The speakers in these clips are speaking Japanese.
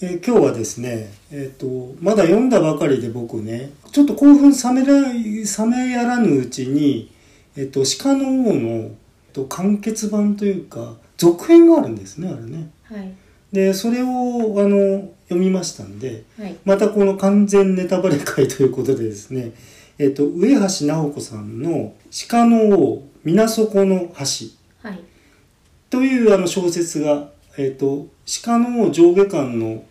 えー今日はですね、えっ、と、まだ読んだばかりで僕ね、ちょっと興奮冷めら、冷めやらぬうちに、えっ、と、鹿の王の、えっと完結版というか、続編があるんですね、あれね。はいで、それを、あの、読みましたんで、はいまたこの完全ネタバレ会ということでですね、えっ、と、上橋直子さんの鹿の王、水底の橋。はいというあの小説が、えっと鹿の上下巻の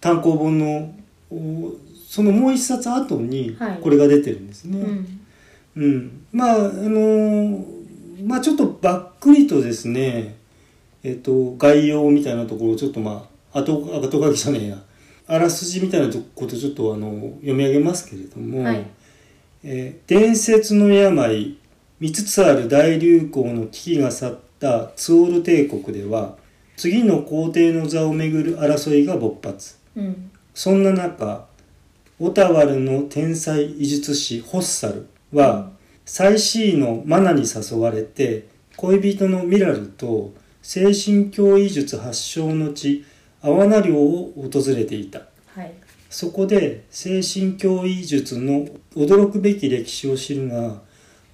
単行本のおそのもう一冊後にはいこれが出てるんですね。うんうんまああのーまあちょっとばっくりとですね、えっと概要みたいなところをちょっとまあ後後書きじゃねえやあらすじみたいなとことちょっとあの読み上げますけれども、はいえー伝説の病見つつある大流行の危機が去ったツオル帝国では次の皇帝の座をめぐる争いが勃発うんそんな中オタワルの天才医術師ホッサルは妻子医のマナに誘われて恋人のミラルと精神教医術発祥の地アワナ領を訪れていたはいそこで精神教医術の驚くべき歴史を知るが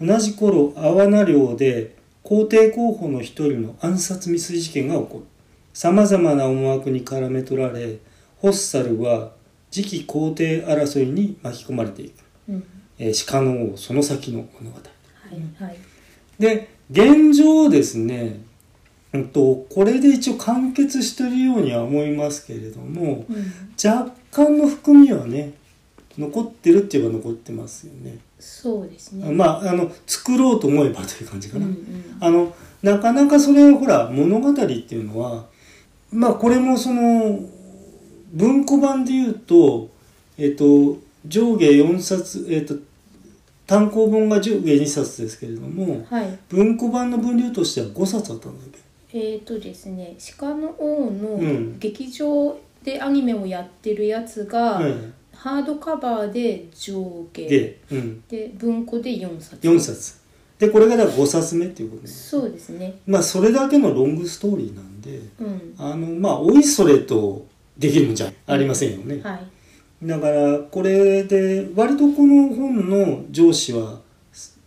同じ頃阿波名領で皇帝候補の一人の暗殺未遂事件が起こるさまざまな思惑に絡め取られホッサルは次期皇帝争いに巻き込まれていく、うんえー鹿の王その先の物語はいはいで現状ですね、うんと、これで一応完結してるようには思いますけれども、うん若干の含みはね残ってるって言えば残ってますよねそうですねまああの作ろうと思えばという感じかうんな、うんあのなかなかそれはほら物語っていうのはまあこれもその文庫版で言うとえっと上下4冊えっと単行本が上下2冊ですけれどもはい文庫版の分量としては5冊あったんだっけえーとですね「鹿の王」うんの劇場でアニメをやってるやつが、うんハードカバーで上下でで、うん、文庫で4冊4冊でこれがだから5冊目っていうことねそうですねまあそれだけのロングストーリーなんでうんあのまあおいそれとできるもんじゃありませんよね、はいだからこれで割とこの本の上司は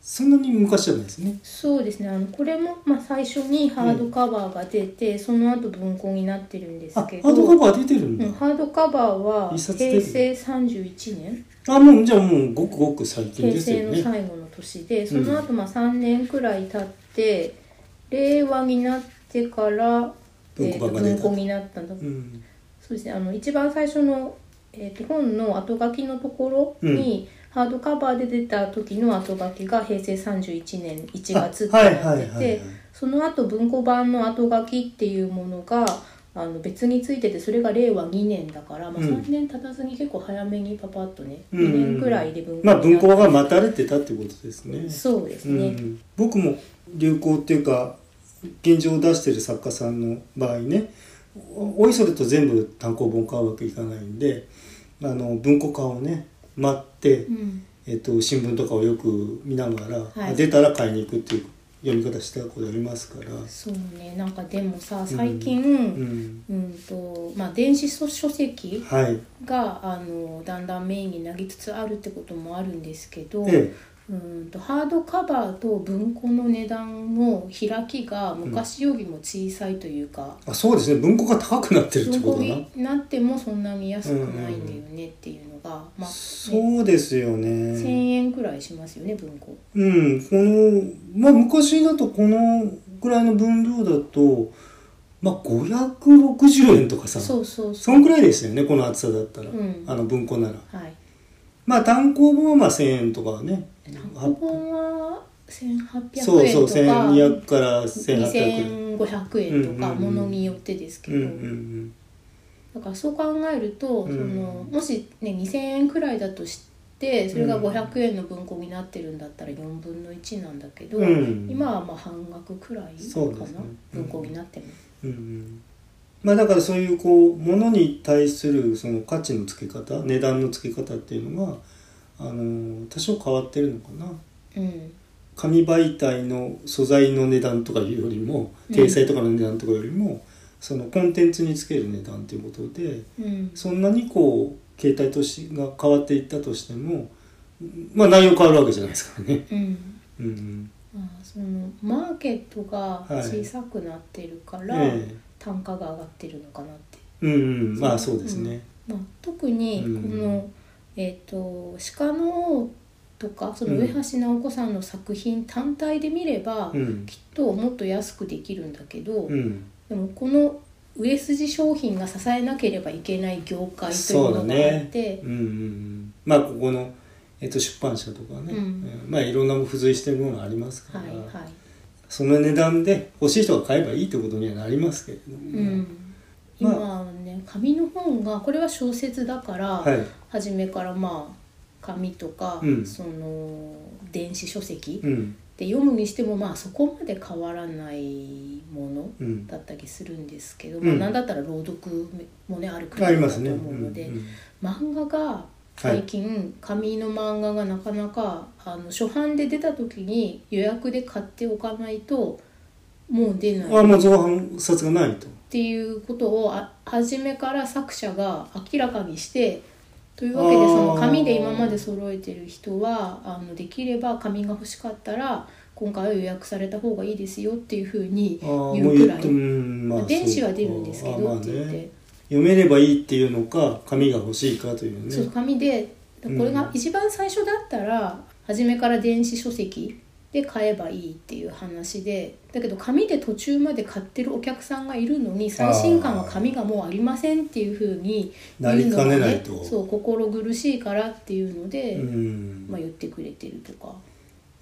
そそんなに昔じゃないですねそうですねあのこれも、まあ、最初にハードカバーが出て、その後文庫になってるんですあハけどードカバー出てるんだ、うん、ハードカバーは一冊出てる平成31年あもうじゃあもうごくごく最近平です成よのね最後の年でその後まあ3年くらい経って、令和になってから文庫えーと版が出文た庫になったんだ、うんそうですねあの一番最初の、えーと本の後書きのところに、ハードカバーで出た時の後書きが平成31年1月ってあなはっいてて、はいはいはいその後文庫版の後書きっていうものがあの別についててそれが令和2年だから、まあ、うん3年経たずに結構早めにパパッとね、うん2年くらいで文庫まあ文庫になっが待たれてたってことですねたそうですうんうね、ん、僕も流行っていうか現状を出してる作家さんの場合ねおおいそれと全部単行本買うわけいかないんであの文庫化をね待って、うんえっと、新聞とかをよく見ながら、はい出たら買いに行くっていう読み方したことありますから、そうねなんかでもさ最近、ううんん、とまあ、電子書書籍はい、があのだんだんメインになりつつあるってこともあるんですけど、えうんとハードカバーと文庫の値段の開きが昔よりも小さいというか、え、あそうですね文庫が高くなってるって文こ庫とだなになってもそんなに安くないんだよねっていうのが、まあ、ね、そうですよね1,000円くらいしますよね文庫うん、この、まあ昔だとこのぐらいの分量だと、まあ560円とかさ、そうそうそそんくらいですよね、この厚さだったら、うんあの文庫なら。うはいまあ単行本はまあ1000円とかね。単行本は1800円とかそうそう、1200から1800円。 2500円とかうんうんうもんのによってですけうど、んうんだからそう考えると、うんそのもし、ね、2,000円くらいだとしてそれが500円の文庫になってるんだったら4分の1なんだけど、うん今はまあ半額くらいかそうでな、すね文庫になっても。うん。うんうんまあだからそういうこう、ものに対するその価値の付け方、値段の付け方っていうのが、あの、多少変わってるのかな。うん紙媒体の素材の値段とかいうよりもうん体裁とかの値段とかよりも、そのコンテンツにつける値段っていうことでうんそんなにこう携帯としが変わっていったとしてもまあ内容変わるわけじゃないですからね。うんうんまあそのマーケットが小さくなってるから、ええ単価が上がってるのかなって、うんうん、まあそうですね。まあ、特にこうんの、えっ、と鹿の王とかその上橋直子さんの作品単体で見れば、うんきっともっと安くできるんだけど、うんでもこの売れ筋商品が支えなければいけない業界というそうもだのがねあってうんうんうんまあここの、えっと、出版社とかね、うんえーまあいろんな付随してるものがありますかはら、いはいその値段で欲しい人が買えばいいってことにはなりますけれども、うん、ま今あはね紙の本がこれは小説だから、はい、初めからまあ紙とか、うんその電子書籍うんで読むにしてもまあそこまで変わらないものうん、だったりするんですけど、うんまあ、なんだったら朗読もねあるくあらりいまだすとね。思ううのんで、漫画が最近紙の漫画がなかなかあの初版で出た時に予約で買っておかないともう出なうん、あいっもう造反札がないと。ていうことをあ初めから作者が明らかにしてというわけであーその紙で今まで揃えてる人はあのできれば紙が欲しかったら今回は予約された方がいいですよっていうふうにあー言うくらいもうんまあ、電子は出るんですけそうかあーどって言っまあてね。読めればいいっていうのか紙が欲しいかというそうね紙でこうんれが一番最初だったら、初めから電子書籍で買えばいいっていう話でだけど紙で途中まで買ってるお客さんがいるのに最新刊は紙がもうありませんっていうふうになりうのかがねねないとそう心苦しいからっていうので、んまあ、言ってくれてるとか、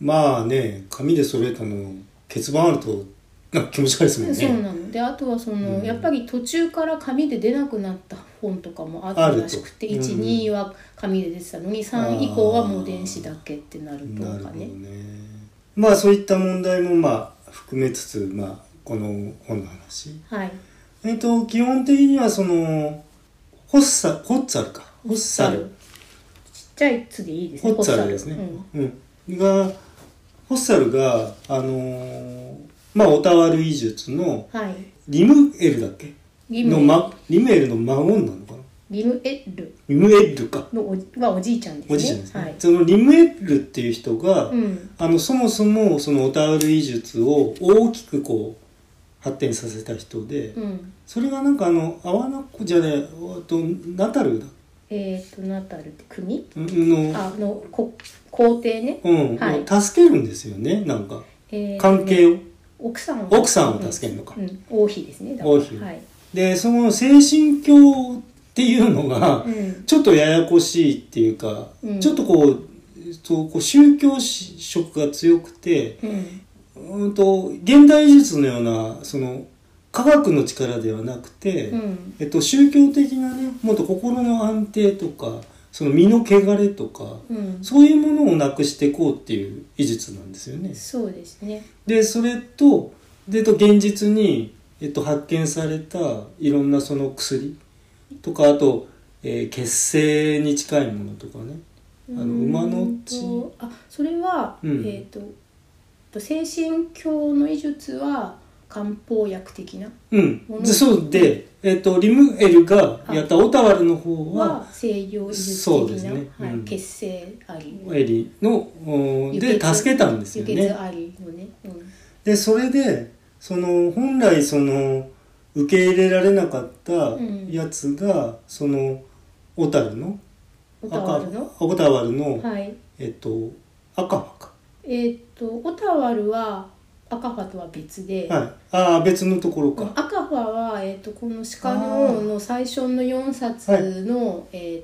まあね紙で揃えたの欠番あるとなんか気持ち悪いですもんねそうなのであとはその、うんやっぱり途中から紙で出なくなった本とかもあったらしくてあるとうん12、は紙で出てたのに3以降はもう電子だけってなるとなるかほどねね。まあそういった問題もまあ含めつつ、まあ、この本の話はいえっと基本的にはそのホッサホッツァルかホッサルちっちゃい「つ」でいいですホねッツァルですねホッサルうん、がホッサルがあのーまあオタワル医術のうん、はいリムエルだっけリムの、ま、リムエルの孫なのかなリムエルリムエルかのおじはおじいちゃんですねおじいちゃんですね、はいそのリムエルっていう人が、うんあのそもそもそのオタウル医術を大きくこう発展させた人で、うんそれがなんかあの阿波名湖じゃねえあとナタルだえっ、ー、とナタルって国うんの、あのこ皇帝ね、うんはいを助けるんですよねなんかえー関係を。奥さんを奥さんを助けるのかうんうん王妃ですねだから王妃はい、でその精神教っていうのがうん、ちょっとややこしいっていうか、うんちょっとこう。そうこう宗教色が強くてうんうんと現代技術のようなその科学の力ではなくて、うんえっと、宗教的なねもっと心の安定とかその身の汚れとかうんそういうものをなくしていこうっていう技術なんですよね。そうですねでそれとでと現実に、えっと、発見されたいろんなその薬とかあと、えー血清に近いものとかね。あのうーん馬のと血あそれは、うんえっ、と精神教の医術は漢方薬的なうん、でそうで、えっと、リムエルがやったオタワルの方はは西洋医術そうで的すな、ねはいうん血清ありエリのおー輸で血助けたんですよね。輸血ありのね、うんでそれでその本来その受け入れられなかったんやつが、その小樽のオタワルの赤小樽の、はいえっと赤羽か、えーっとオタワルは赤羽とは別で、はい、ああ別のところか、赤羽は、えーっとこの「鹿の王」の最初の4冊の「え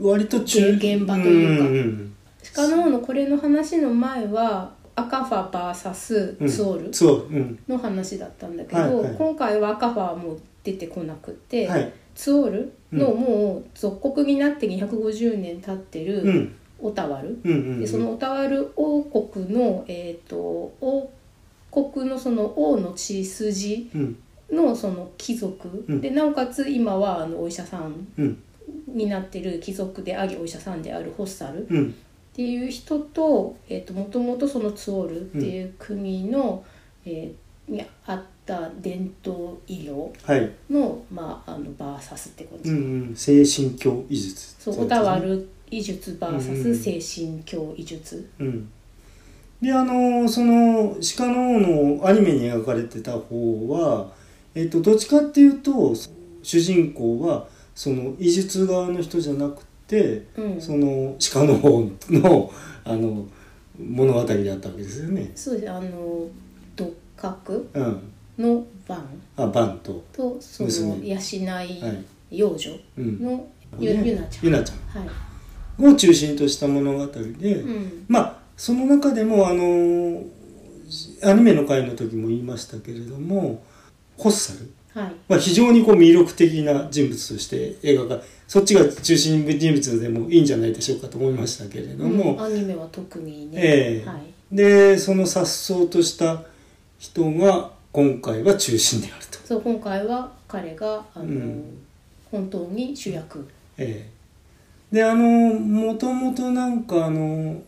割と中現場というかんんー鹿の王」のこれの話の前は赤羽 VS うん、ツオルツオルうんの話だったんだけど、はいはい今回は赤羽はもう出てこなくて、はいツオルのうもう属国になって250年経ってる、うんうんオタワル、うんうんでそのオタワル王国の、えー、と王国のその王の血筋うんのその貴族、うんでなおかつ今はあのお医者さんうんになってる貴族でありお医者さんであるホッサルっうんていう人と,、えー、ともともとそのツオルっていう国の、えーにあっった伝統医療はい、の,、まあ、あのバーサスってことでうす、んうん、精神教医術そう小田わる原医術バうんーサス精神教医術、うんであのその鹿の王のアニメに描かれてた方は、えっと、どっちかっていうと主人公はその医術側の人じゃなくてうんその鹿の王のあの物語であったわけですよね。そうですあの独角うん、の番あバンと、とその娘養いはい養女うんのゆ,、ねゆなちゃんゆなちはい、ゃんを中心とした物語で、うん、まあその中でもあのアニメの回の時も言いましたけれどもホッサルはいまあ、非常にこう魅力的な人物として映画がそっちが中心人物でもいいんじゃないでしょうかと思いましたけれども、うんアニメは特にね、ええはいでその颯爽とした人が今回は中心であると、そう今回は彼があの、うん本当に主役ええであのもともとなんかあの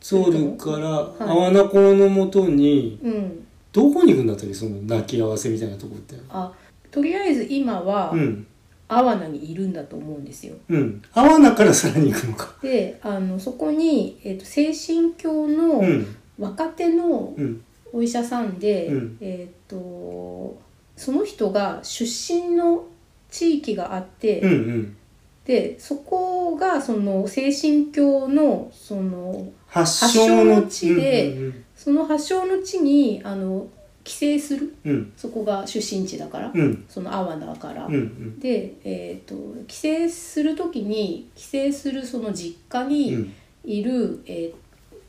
ソウルからい阿波名湖のもとにうんどこに行くんだったっけその泣き合わせみたいなとこってあとりあえず今はうん阿波名にいるんだと思うんですようん阿波名からさらに行くのかであのそこに、えっと精神教うのん若手のうんお医者さんで、うんえっとその人が出身の地域があって、うんうんでそこがその精神教のその発祥の発祥の地でうんうんその発祥の地にあの帰省するうんうんそこが出身地だから、うんその阿波だから、うんで、えー、と帰省する時に帰省するその実家うんうにんいる、えー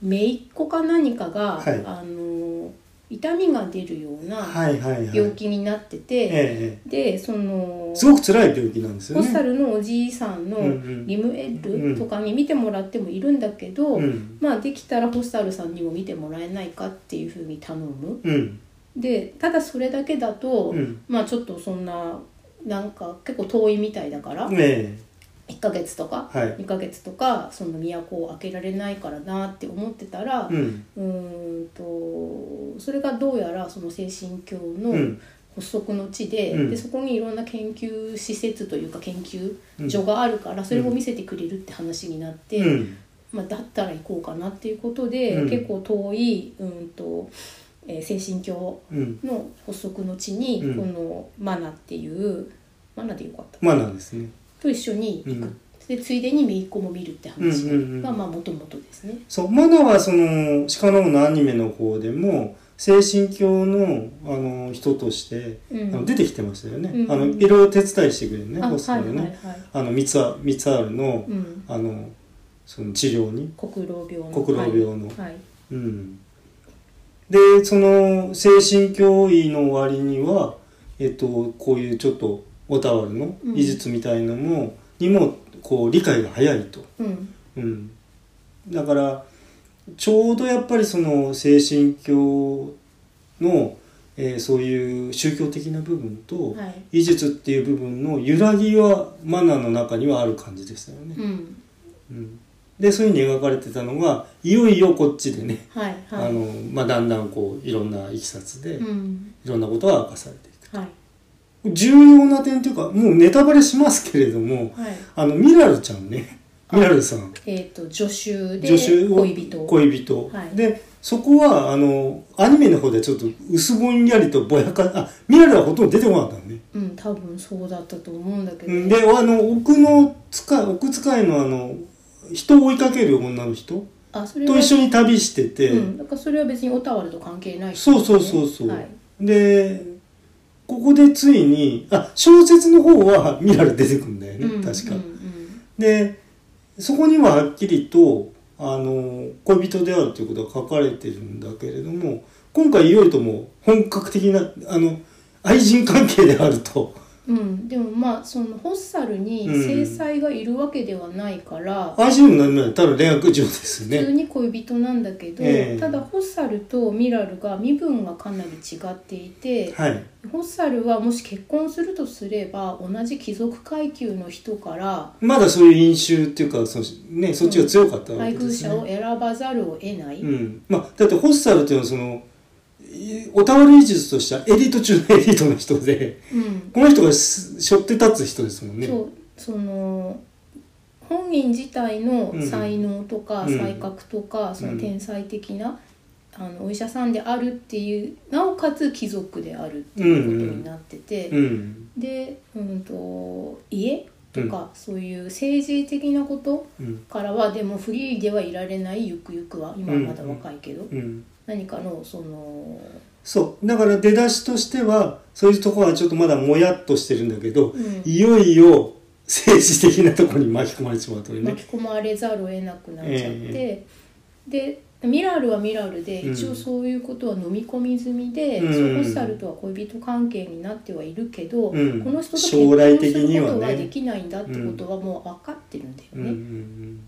姪っ子か何かが、はいあの痛みが出るようなはいはいはい病気になってて、えでそのえすごく辛い病気なんですよホねッサルのおじいさんのうんうんリムエッルとかに見てもらってもいるんだけど、うんまあ、できたらホッサルさんにも見てもらえないかっていうふうに頼む。うんでただそれだけだと、うんまあちょっとそんななんか結構遠いみたいだからえ1ヶ月とかえはい2ヶ月とかその都を開けられないからなって思ってたらう、んうーんとそれがどうやらその精神教うのん発足の地で,、うんでそこにいろんな研究施設というか研究所があるからそれを見せてくれるって話になって、うんまあ、だったら行こうかなっていうことで、うん結構遠い、うんとえー精神教うんの発足の地に、うんこのマナっていうマナでよかったまあなんですねと一緒にう行く、んでついでに姪っ子も見るって話うんうんうんがまあもともとですね。そうマナはその鹿の王のアニメの方でも精神教のあの人として、うんあの出てきてましたよね、うんあのいろいろ手伝いしてくれるねあホストはいのはいね、はい、あのミツアミツアールの,、うん、あのその治療に国老病の国老病のはいはいうん、でその精神教医の割には、えっと、こういうちょっとオタワルのうん技術みたいのも、にもこう理解が早いと、うんうん、だからちょうどやっぱりその精神教の、えーそういう宗教的な部分と、はい医術っていう部分の揺らぎはマナーの中にはある感じでしたよね。うんうん、でそういうふうに描かれてたのがいよいよこっちでねはいはいあのまあ、だんだんこういろんないきさつで、ういんろんなことが明かされていはいく重要な点というかもうネタバレしますけれどもはいあのミラルちゃんねあミラルさんえっ、と助手で助手を恋人恋人、はいでそこはあのアニメの方ではちょっと薄ぼんやりとぼやかあミラルはほとんど出てこなかったのね、うん多分そうだったと思うんだけど、うん、であの奥の使い奥使いのあの人を追いかける女の人あそれはと一緒に旅してて、うん、だからそれは別にオタワルと関係ない、そうそうそうそう、はいでここでついにあ小説の方はミラル出てくんだよね、うん確か、うんうんでそこにははっきりとあの恋人であるということが書かれてるんだけれども今回いよいよとも本格的なあの愛人関係であるとうん、でもまあそのホッサルに制裁がいるわけではないから、愛人になる前はただ恋愛上ですよ普通ねに恋人なんだけど、ええただホッサルとミラルが身分がかなり違っていて、はいホッサルはもし結婚するとすれば同じ貴族階級の人からまだそういう飲酒っていうかその、ね、そっちが強かったわけ配で偶すね、者を選ばざるを得ない、うんまあ、だってホッサルっていうのはそのいおたわり術としてはエリート中のエリートの人でうんこの人がし背負って立つ人ですもんねそうその本人自体のうん才能とかうん才覚とか、その天才的な、あのお医者さんであるっていうなおかつ貴族であるっていうことになってて、うんで、うん、と家とか、うそういう政治的なことうんからはでもフリーではいられないゆくゆくは今はまだ若いけど、うん何かのそのそうだから出だしとしてはそういうところはちょっとまだもやっとしてるんだけど、うんいよいよ政治的なところに巻き込まれてしまうというね巻き込まれざるを得なくなっちゃって、えでミラールはミラールでうん一応そういうことは飲み込み済みで、うんそうホッサルとは恋人関係になってはいるけど、うんこの人と結将来婚的すにるはこねとができないんだってことはもう分かってるんだようんうんうね。んうん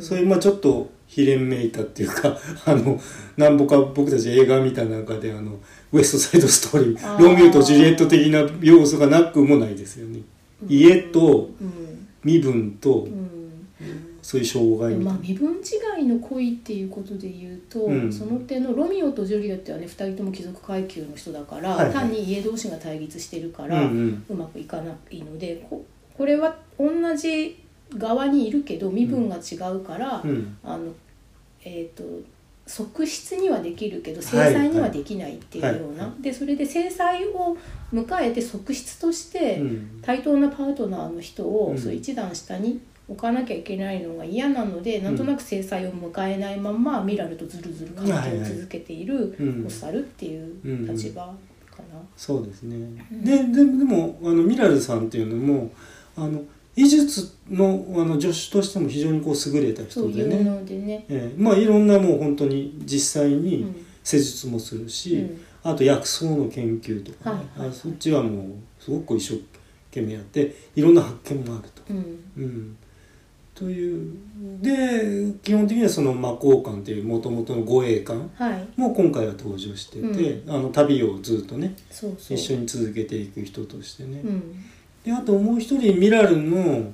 そういうまあちょっとひれんめいたっていうか あのなんぼか僕たち映画みたいな中であのウエストサイドストーリーあーロミューとジュリエット的な要素がなくもないですよね家とうん身分とうんそういう障害みたいまあな、身分違いの恋っていうことで言うと、うんその点のロミオとジュリエットはね2人とも貴族階級の人だから、はいはい単に家同士が対立してるかうら、んうんうまくいかないのでここれは同じ側にいるけど身分が違うから、うんあのえー、と側室にはできるけど制裁にはできないっていうような、はいはでそれで制裁を迎えて側室としうてん対等なパートナーの人を、うんそう一段下に置かなきゃいけないのが嫌なので、なんとなく制裁を迎えないまんまミラルとずるずる関係を続けているうんお猿っていう立場かな。そうですね、んでででもあのミラルさんっていうのもあの医術のあの助手としても非常にこう優れたそう人でいねうのでね。ええまあいろんなもう本当に実際うにん施術もするし、うんあと薬草の研究とか、ねはいはいはいあそっちはもうすごく一生懸命やっていろんな発見もあると。うんうん、というで基本的にはその魔法官というもともとの護衛官はい、も今回は登場してて、あの旅をずっとねそうそう。一緒に続けていく人としてね。うん、であともう一人ミラルの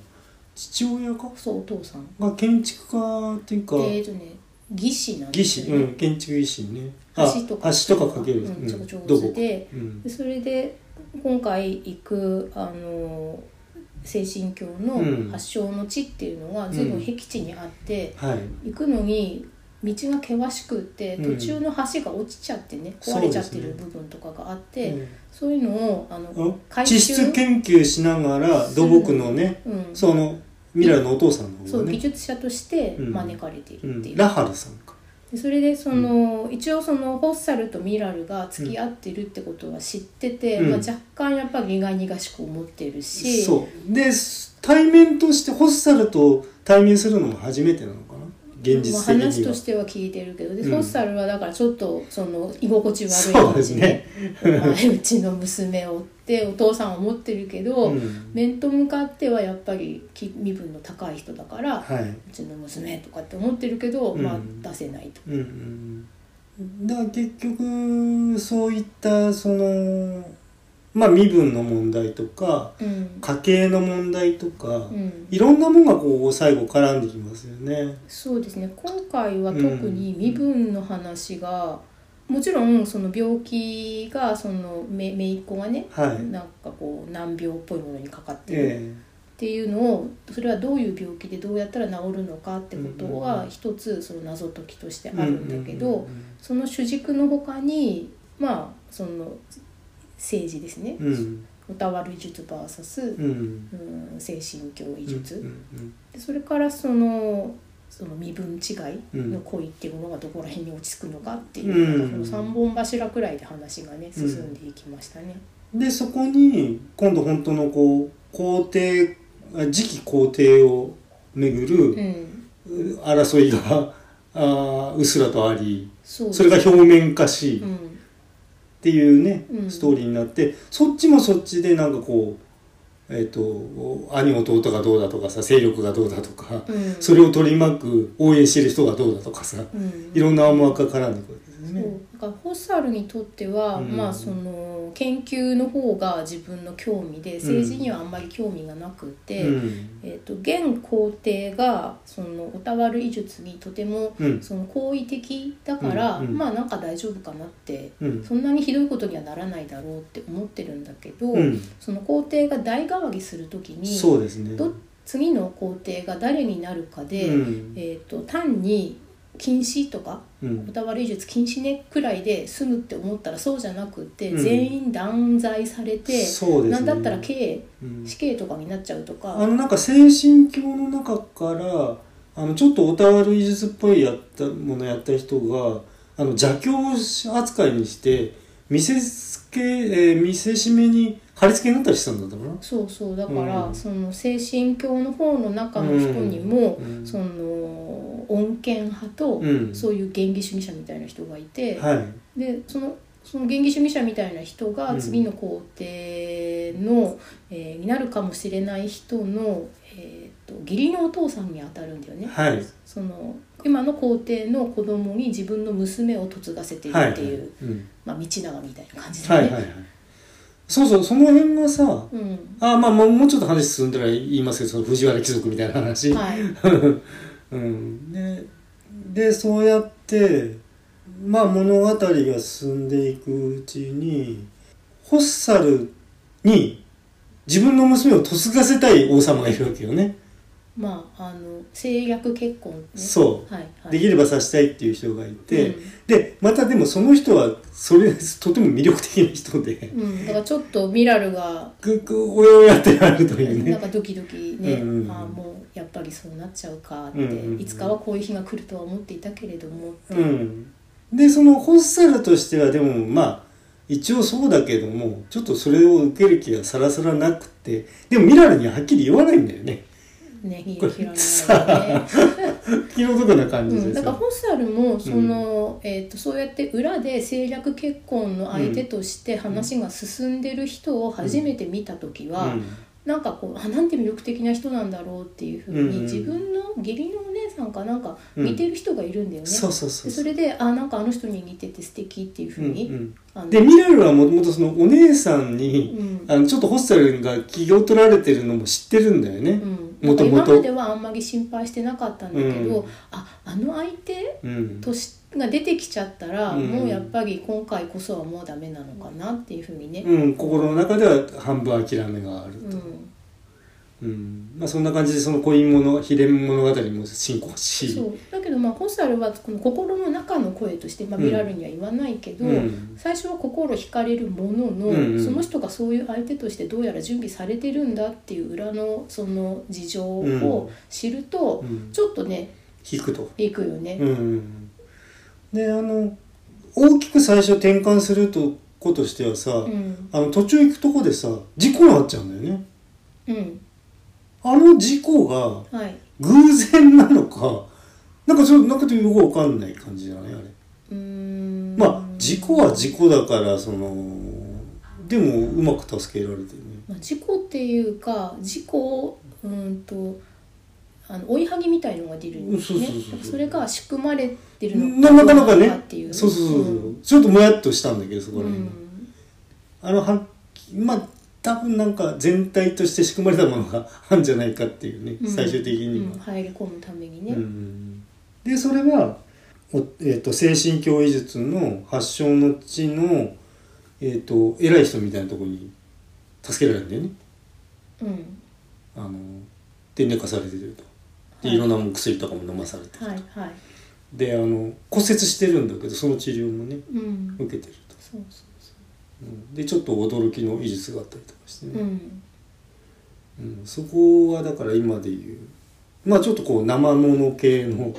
父親かそうお父さん。が建築家っていうかでえっとね、技師なん技です師、よね。うん、建築技師ね橋とか橋とかかける、うんちょっと土上手木で、うんでそれで今回行くあの精神教うんの発祥の地っていうのが随分僻地にあって、はい、行くのに。道が険しくってうん途中の橋が落ちちゃってね、そう壊れでちゃっすてねる部分とかがあってそうう,、んいうのをあのあ回地収質研究しながら土木のねうん、そのミラルのお父さんの方そうが技ね、術者としてうん招かれているっていうう、ん、ラハルさんかでそれでその、一応そのホッサルとミラルが付き合ってるってことは知ってて、うんまあ、若干やっぱり苦々しく思ってるしそうで対面としてホッサルと対面するのも初めてなのかな現まあ、実的には、話としては聞いてるけどで、うんホッサルはだからちょっとその居心地悪いそう感でじすでねお前 うちの娘をってお父さんは思ってるけど、うん面と向かってはやっぱりき身分の高い人だから、はい、うちの娘とかって思ってるけど、うんまあ出せないと。うんうんうん、だから結局そういったそのまあ身分の問題とかうん家計の問題とか、うんいろんなものがこう最後絡んできますよね。そうですね今回は特に身分の話が、もちろんその病気がそのめ姪っ子がね、はい。なんかこう難病っぽいものにかかってるっえていうのをそれはどういう病気でどうやったら治るのかってことうんうんうがん一つその謎解きとしてえあるんだけど、その主軸の他にまあその政治ですねうんうんおたわり術 VS う、んうん、精神教医術、うんでそれからそのその身分違いうんの恋っていうものがどこら辺に落ち着くのかっていう、うんなんかその3本柱くらいで話がね進んでいきましたね。うんでそこに今度本当のこう皇帝あ次期皇帝をめぐうんる争いが、あーうっすらとありそうですそれが表面化し、うんっていうね、うんストーリーになってそっちもそっちでなんかこうえっ、と兄弟がどうだとかさ勢力がどうだとか、うんそれを取り巻く応援してる人がどうだとかさうんいろんな思惑が絡んでくるわけですそうね。だからホッサルにとっては、うんまあその研究の方が自分の興味で政治にはあんまり興味がなくて、うんえー、とと現皇帝がそのおたわる医術にとてもうんその好意的だから、うんうんまあなんか大丈夫かなってうんそんなにひどいことにはならないだろうって思ってるんだけど、うんその皇帝が代替わりする時にそうですねど次の皇帝が誰になるかで、うんえー、と単に禁止とかうんおたわり術禁止ねくらいで済むって思ったらそうじゃなくて、うん全員断罪されて、そうでなすんねだったら刑うん死刑とかになっちゃうとか、あのなんか精神教の中からあのちょっとおたわる医術っぽいやったものやった人があの邪教扱いにして見せつけ、えー見せしめに貼り付けになったりしたんだったかな。そうそうだから、うんその精神教の方の中の人にも、うんその穏健派と、うんそういう原理主義者みたいな人がいて、はいでそのその原理主義者みたいな人がうん次の皇帝の、えーになるかもしれない人の、えー、と義理のお父さんにあたるんだよね。はいその今の皇帝の子供に自分の娘を嫁がせているはいっていう、うんまあ、道長みたいな感じはだいね。はいはいそうそうその辺がさうんあまあもうもうちょっと話進んだら言いますけどその藤原貴族みたいな話、はい うん、ででそうやってまあ物語が進んでいくうちにホッサルに自分の娘を嫁がせたい王様がいるわけよね。まあ、あの政略結婚、ね、、そうはいはい、できればさしたいっていう人がいて、うんでまたでもその人はそれとても魅力的な人でうん、だからちょっとミラルが、ぐぐおやおやってなるというなんねかドキドキね、うんうんああもうやっぱりそうなっちゃうかって、うんうんうんいつかはこういう日が来るとは思っていたけれどもって、うん、でそのホッサルとしてはでもまあ一応そうだけどもちょっとそれを受ける気がさらさらなくてでもミラルにははっきり言わないんだよねねひこれひらめさ がね。気の毒な感うじん、でだすからよ、ホッサルもその、えー、とそうやって裏で政略結婚の相手として話が進んでる人を初めて見た時うは、んなんかこうあなんて魅力的な人なんだろうっていうふうに、うんうん自分の義理のお姉さんかなんか似てる人がいるんだよね。そうそうそうでそれであなんかあの人に似てて素敵っていうふうに、うんあうのん、でミラルはもともとそのお姉さんに、うんあのちょっとホッサルが気を取られてるのも知ってるんだよねうん、もなんかとも今までと。はあんまり心配してなかったんだけど、うんああの相手うんとしが出てきちゃったら、うんもうやっぱり今回こそはもうダメなのかなっていうふうにね、うん、心の中では半分諦めがあると、うんうんまあ、そんな感じでその恋物秘伝物語も進行しそうだけどまあホサルはこの心の中の声として、まあ、うんミラルには言わないけど、うん最初は心惹かれるものの、うんうんその人がそういう相手としてどうやら準備されてるんだっていう裏のその事情を知るうと、んちょっとね引くと。いくよね。うん、であの大きく最初転換するとことしてはさ、うん、あの途中行くとこでさ事故があっちゃうんだよね。うん、あの事故がはい偶然なのかなんかちょっとなんかよくわかんない感じだねあれ。うーんまあ事故は事故だからそのでもうまく助けられてるね。まあ事故っていうか事故をうーんとあの追いはぎみたいのが出るんですねそうそうそうそうだからそれが仕組まれてるのななかなかどうのっていねうそうそうそうそう、うんちょっともやっとしたんだけどそこらう辺が。んあのはまあ多分なんか全体として仕組まれたものが あるんじゃないかっていうね、うん最終的にうんは。入り込むためにうね、んでそれは、おえー、と精神教医術の発祥の地の、えー、と偉い人みたいなところに助けられるんだよね。うん、あので寝かされてると。ではいいろんなもん薬とかも飲まされて、はいはいであの骨折してるんだけどその治療もねうん受けてると、そうそうそうんでちょっと驚きの医術があったりとかしてね。ううんうん、そこはだから今で言うまあちょっとこう生もの系の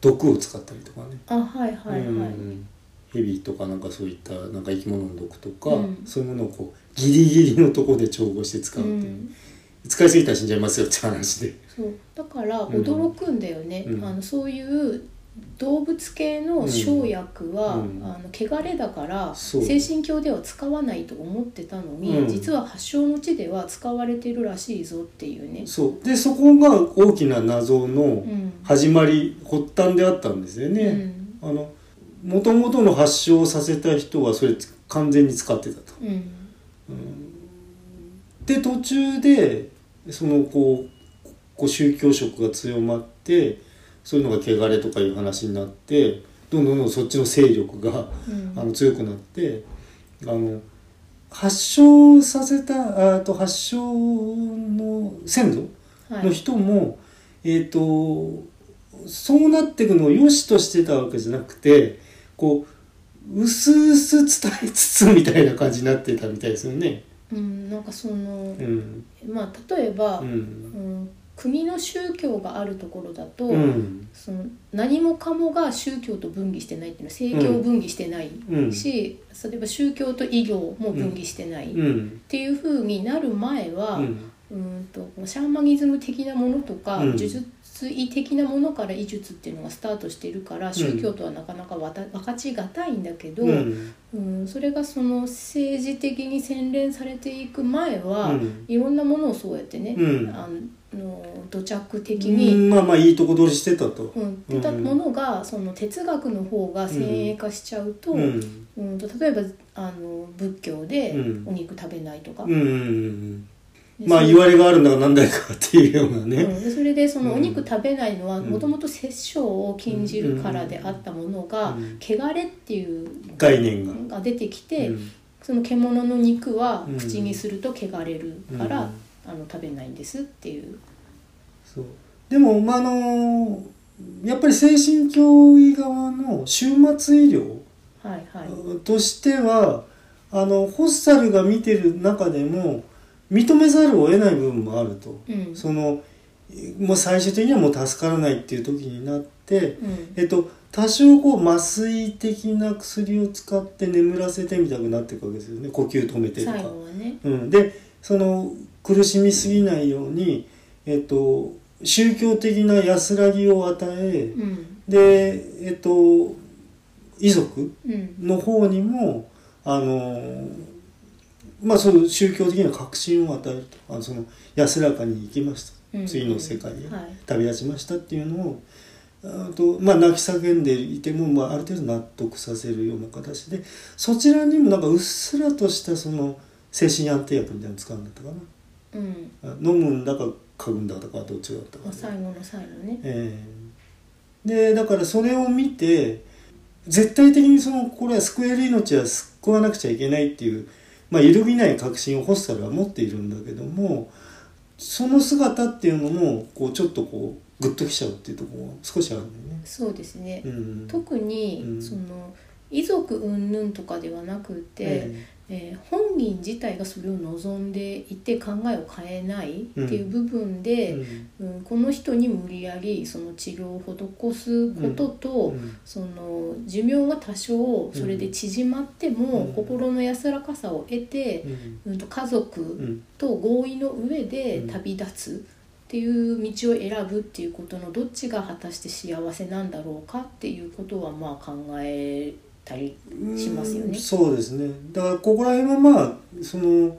毒を使ったりとかね、あはいはいはい、うんうんヘビとかなんかそういったなんか生き物の毒とか、うんそういうものをこうギリギリのとこで調合して使うっていう、うん使いすぎたら死んじゃいますよって話でそうだからうん驚くんだよね、うんあのそういう動物系の生薬は、うんあの汚れだからそう精神教では使わないと思ってたのに、うん実は発祥の地では使われてるらしいぞっていうね。そうでそこが大きな謎のうん始まり、発端であったんですようね、んあの元々の発症をさせた人はそれ完全に使ってたと。うんで途中でそのこうこう宗教色が強まってそういうのが汚れとかいう話になってどんどんどんどんそっちの勢力がうんあの強くなってあの発症させたあと発症の先祖はのい人も、えっ、とそうなっていくのを良しとしてたわけじゃなくてこう薄々伝えつつみたいな感じになってたみたいですよね。うん、なんかそのう、んまあ、例えば、ううんん国の宗教があるところだと、うんその何もかもが宗教と分岐してないっていうのは政教を分岐してないうんし、例えば宗教と医療も分岐してない、うっんていうふうになる前は、ううんんんとシャーマニズム的なものとか、うん呪術医的なものから医術っていうのがスタートしているから宗教とはなかなかわた分かちがたいんだけど、うんうん、それがその政治的に洗練されていく前は、うんいろんなものをそうやってね、うんあの土着的うに、んまあまあいいとこ取りしてたと。うん、出たものが、その哲学の方が先鋭化しちゃうと,、ううんんと例えばあの仏教でうんお肉食べないとか、うんうんうんでまあそ言われがあるんだか何だかっていうようなうね。んでそれでそのうんお肉食べないのはうんもともと殺生を禁じるからであったものが、うん汚れっていう概念が。が出てきて、うんその獣の肉はうん口にすると汚れるから、うんあの食べないんですっていう。そうでも、まああのやっぱり精神教医側の終末医療はいはい。としては、あのホッサルが見てる中でも認めざるを得ない部分もあると。うん。そのもう最終的にはもう助からないっていう時になって、うん。えっと、多少こう麻酔的な薬を使って眠らせてみたくなっていくわけですよね呼吸止めてと最か。後はね。うん、でその苦しみすぎないように、えっと、宗教的な安らぎを与えうん。で、えっと、遺族うん。の方にもあの、まあ、その宗教的な確信を与えるとあのその安らかに行きましたうん次の世界へはい。旅立ちましたっていうのをあと、まあ、泣き叫んでいても、まあ、ある程度納得させるような形でそちらにもなんかうっすらとしたその精神安定薬みたいなの使うんだったかうん。なあ飲むんだか嗅ぐんだかどっちだったかまあ、最後の最後ね。ええでだからそれを見て絶対的にそのこれは救える命は救わなくちゃいけないっていう、まあ、揺るぎない確信をホッサルは持っているんだけどもその姿っていうのもこうちょっとこうグッときちゃうっていうところが少しあるんだよね。そうですね。うん、特に、うんその遺族云々とかではなくて、ええー本人自体がそれを望んでいて考えを変えないっていう部分えで、うんうん、この人に無理やりその治療を施すことと、うんその寿命が多少それで縮まっても、うん心の安らかさを得て、うん、と家う族んと合意の上でうん旅立つっていう道を選ぶっていうことのどっちが果たして幸せなんだろうかっていうことはまあ考えたりしますよねうんそうですねだからここら辺はまあその、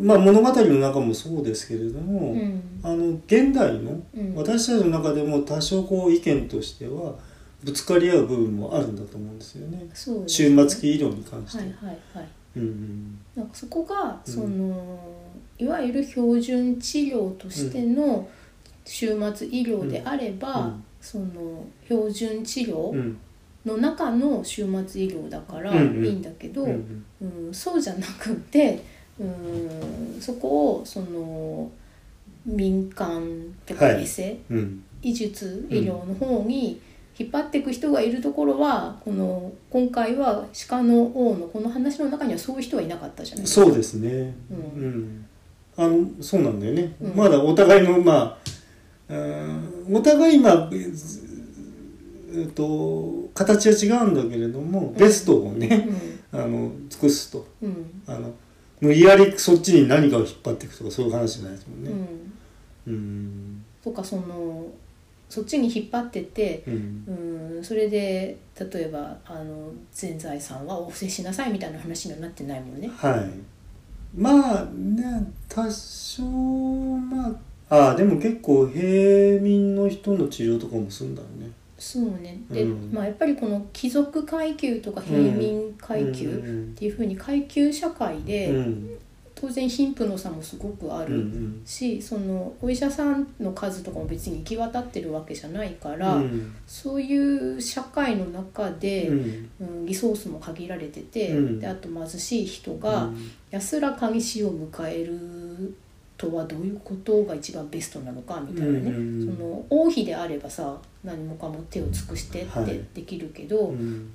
まあ、物語の中もそうですけれども、うんあの現代のうん私たちの中でも多少こう意見としてはぶつかり合う部分もあるんだと思うんですよねそうです終ね末期医療に関してははいはいはいうんなんかそこが、うんそのいわゆる標準治療としての終末医療であれば、うんその標準治うんう療んの中の終末医療だからいうんいうんんだけど、ううんんそうじゃなくて、うん、そこをその民間とかはいエセ、うんうん医術医療の方に引っ張っていく人がいるところはこの今回は鹿の王のこの話の中にはそういう人はいなかったじゃないですか。そうですねううんんあのそうなんだよね、うんまだお互いのまあうんお互い今えーえっと形は違うんだけれどもベストをね、あの尽くすとうんうんあの無理やりそっちに何かを引っ張っていくとかそういう話じゃないですもんうね、んうんとかそのそっちに引っ張ってって、うんうん、それで例えばあの全財産はお布施しなさいみたいな話にはなってないもんね。はいまあね多少まあああでも結構平民の人の治療とかもするんだろうねそうねで、うんまあ、やっぱりこの貴族階級とか平民階級うんっていうふうに階級社会で、うん当然貧富の差もすごくあうんうるんし、そのお医者さんの数とかも別に行き渡ってるわけじゃないかうら、んそういう社会の中で、ううんんリソースも限られてて、うんであと貧しい人が安らかに死を迎えるとはどういうことが一番ベストなのかみたいなね、うんうんうんその王妃であればさ何もかも手を尽くしてっはいてできるけど、うん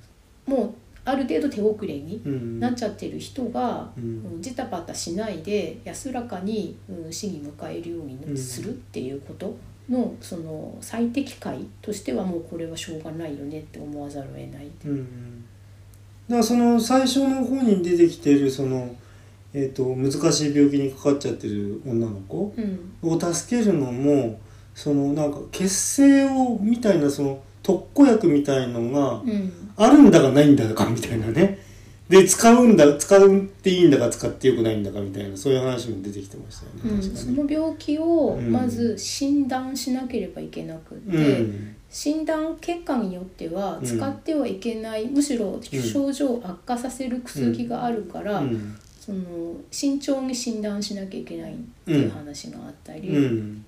もうある程度手遅れにうんなっちゃってる人が、ううんん、ジタバタしないで安らかに、うん、死に迎えるよううんにするっていうことのその最適解としてはもうこれはしょうがないよねって思わざるを得ない。うんうんだからその最初の方に出てきてるその、えー、と難しい病気にかかっちゃってる女の子うんを助けるのもそのなんか血清をみたいなその特効薬みたいのがうんあるんだかないんだかみたいなねで使うんだ使っていいんだか使ってよくないんだかみたいなそういう話も出てきてましたよね。うん、確かそねの病気をうんまず診断しなければいけなくて、うん診断結果によってはうん使ってはいけない、むしろ症状を悪化させる薬があるから、うんその慎重に診断しなきゃいけないっていう話があったり、うん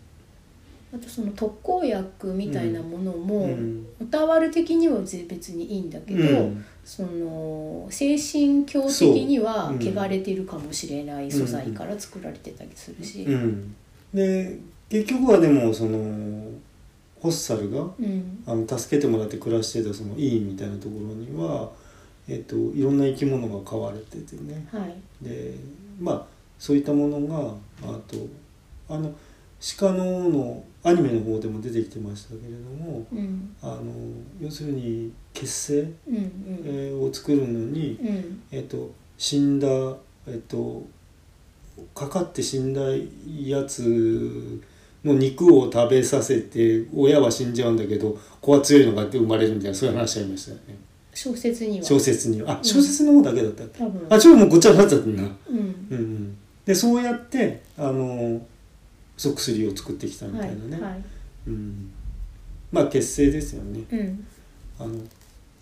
あとその特効薬みたいなものも、うんおたわる的には別にいいんだけど、うんその精神境的にはそううん汚れているかもしれない素材から作られてたりするし。うん、で結局はでもそのホッサルがうんあの助けてもらって暮らしてたその医院みたいなところには、えっといろんな生き物が飼われててねはいでまあそういったものがあとあの鹿の王のアニメの方でも出てきてましたけれどもうんあの要するに血清うんえーを作るのにうんうんえっと、死んだ、えっと、かかって死んだやつの肉を食べさせて親は死んじゃうんだけど子は強いのがって生まれるみたいなそういう話ありましたよね小説には小説にはあうん小説の方だけだったっけ、多分あちょっともうごっちゃになっちゃってんな、うんうんうん、でそうやってあのそう薬を作ってきたみたはいいなね、はいうん、まあ結成ですよねうんあの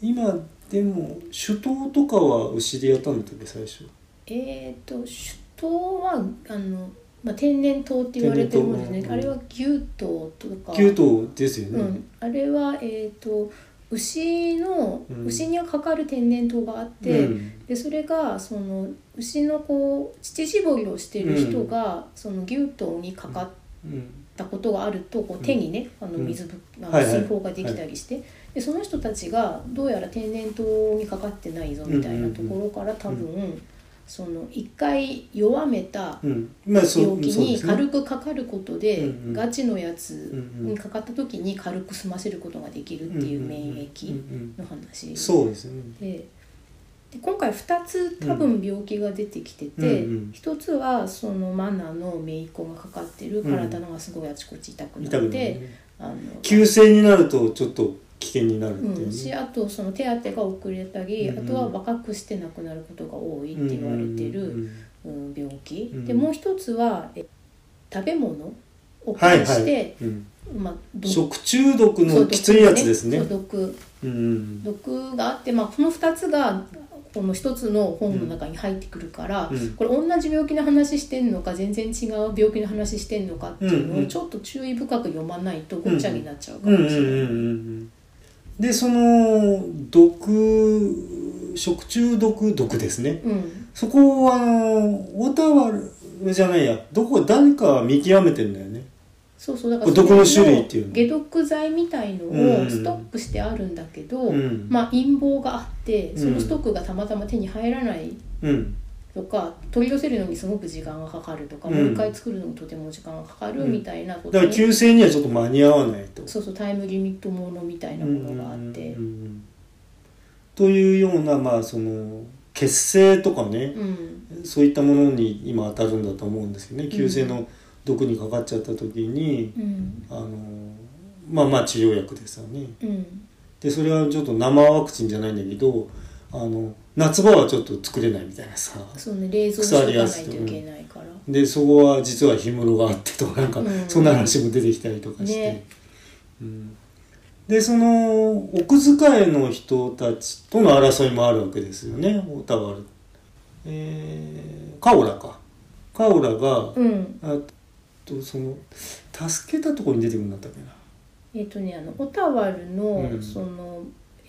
今でも手刀とかは牛でやったんだったっけ最初えっ、と首都はあの、まあ、天然痘って言われてるもんですね、天然痘あれは牛痘とか九頭ですようね。ん、あれはえっ、と牛の、うん牛にはかかる天然痘があって、うんでそれがその牛のこう乳搾りをしてる人が、その牛痘にかかっうんったことがあるとこう手にね、あのうん水ぶ、あはのいはい水泡ができたりして、でその人たちがどうやら天然痘にかかってないぞみたいなところから多分、その一回弱めたうん、まあそう病気そうでにすね軽くかかることでうんうんガチのやうつんうんにかかった時に軽く済ませることができるっていう免うん疫うんの話うんでそうですね。で今回2つ多分病気が出てきてて、うんうんうん1つはそのマナの姪っ子がかかってるうん体のがすごいあちこち痛痛くなくっなるて、ね。あの、急性になるとちょっと危険になるっていううんしね。あとその手当てが遅れたり、うんうんあとは若くして亡くなることが多いって言われてうんる、うんうん、病気、うんでもう一つはえ食べ物を介して、うんまあ、毒食中毒そうの毒きついやつですねそう。毒うんうん毒があって、まあ、この2つがこの1つの本の中に入ってくるから、うんこれ同じ病気の話してんのか全然違う病気の話してんのかっていううんのうをんちょっと注意深く読まないとごっちゃになっちゃうかうんうんもうしんれない。うんうん。でその毒食中毒毒ですね。うんそこをあの小田原じゃないやどこ誰か見極めてんだよね。そうそうだかこられ毒の種類っていうの解毒剤みたいのうんうをんストックしてあるんだけど、うんまあ、陰謀があってそうんのストックがたまたま手に入らないうんとか取り寄せるのにすごく時間がかかるとか、うんもう一回作るのにとても時間がかかるみたいなことだから急性にはちょっと間に合わないと。そうそうタイムリミットものみたいなものがあっうてんうんうんうんというようなまあその血清とかね、うんそういったものに今当たるんだと思うんですけどね急性の毒にかかっちゃった時に、うんあのまあまあ治療薬ですよね。うんでそれはちょっと生ワクチンじゃないんだけどあの夏場はちょっと作れないみたいなさ。そうね冷蔵しとかないといけないからでそこは実は氷室があってとかなんか、うんそんな話も出てきたりとかして、ねうん、でその奥遣いの人たちとの争いもあるわけですよね小田原えー、カオラかカオラがうんあとその助けたところに出てくるんだったっけなえっ、とねあのオタワルの、うんその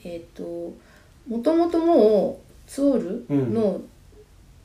えっ、ともともともうツオルの、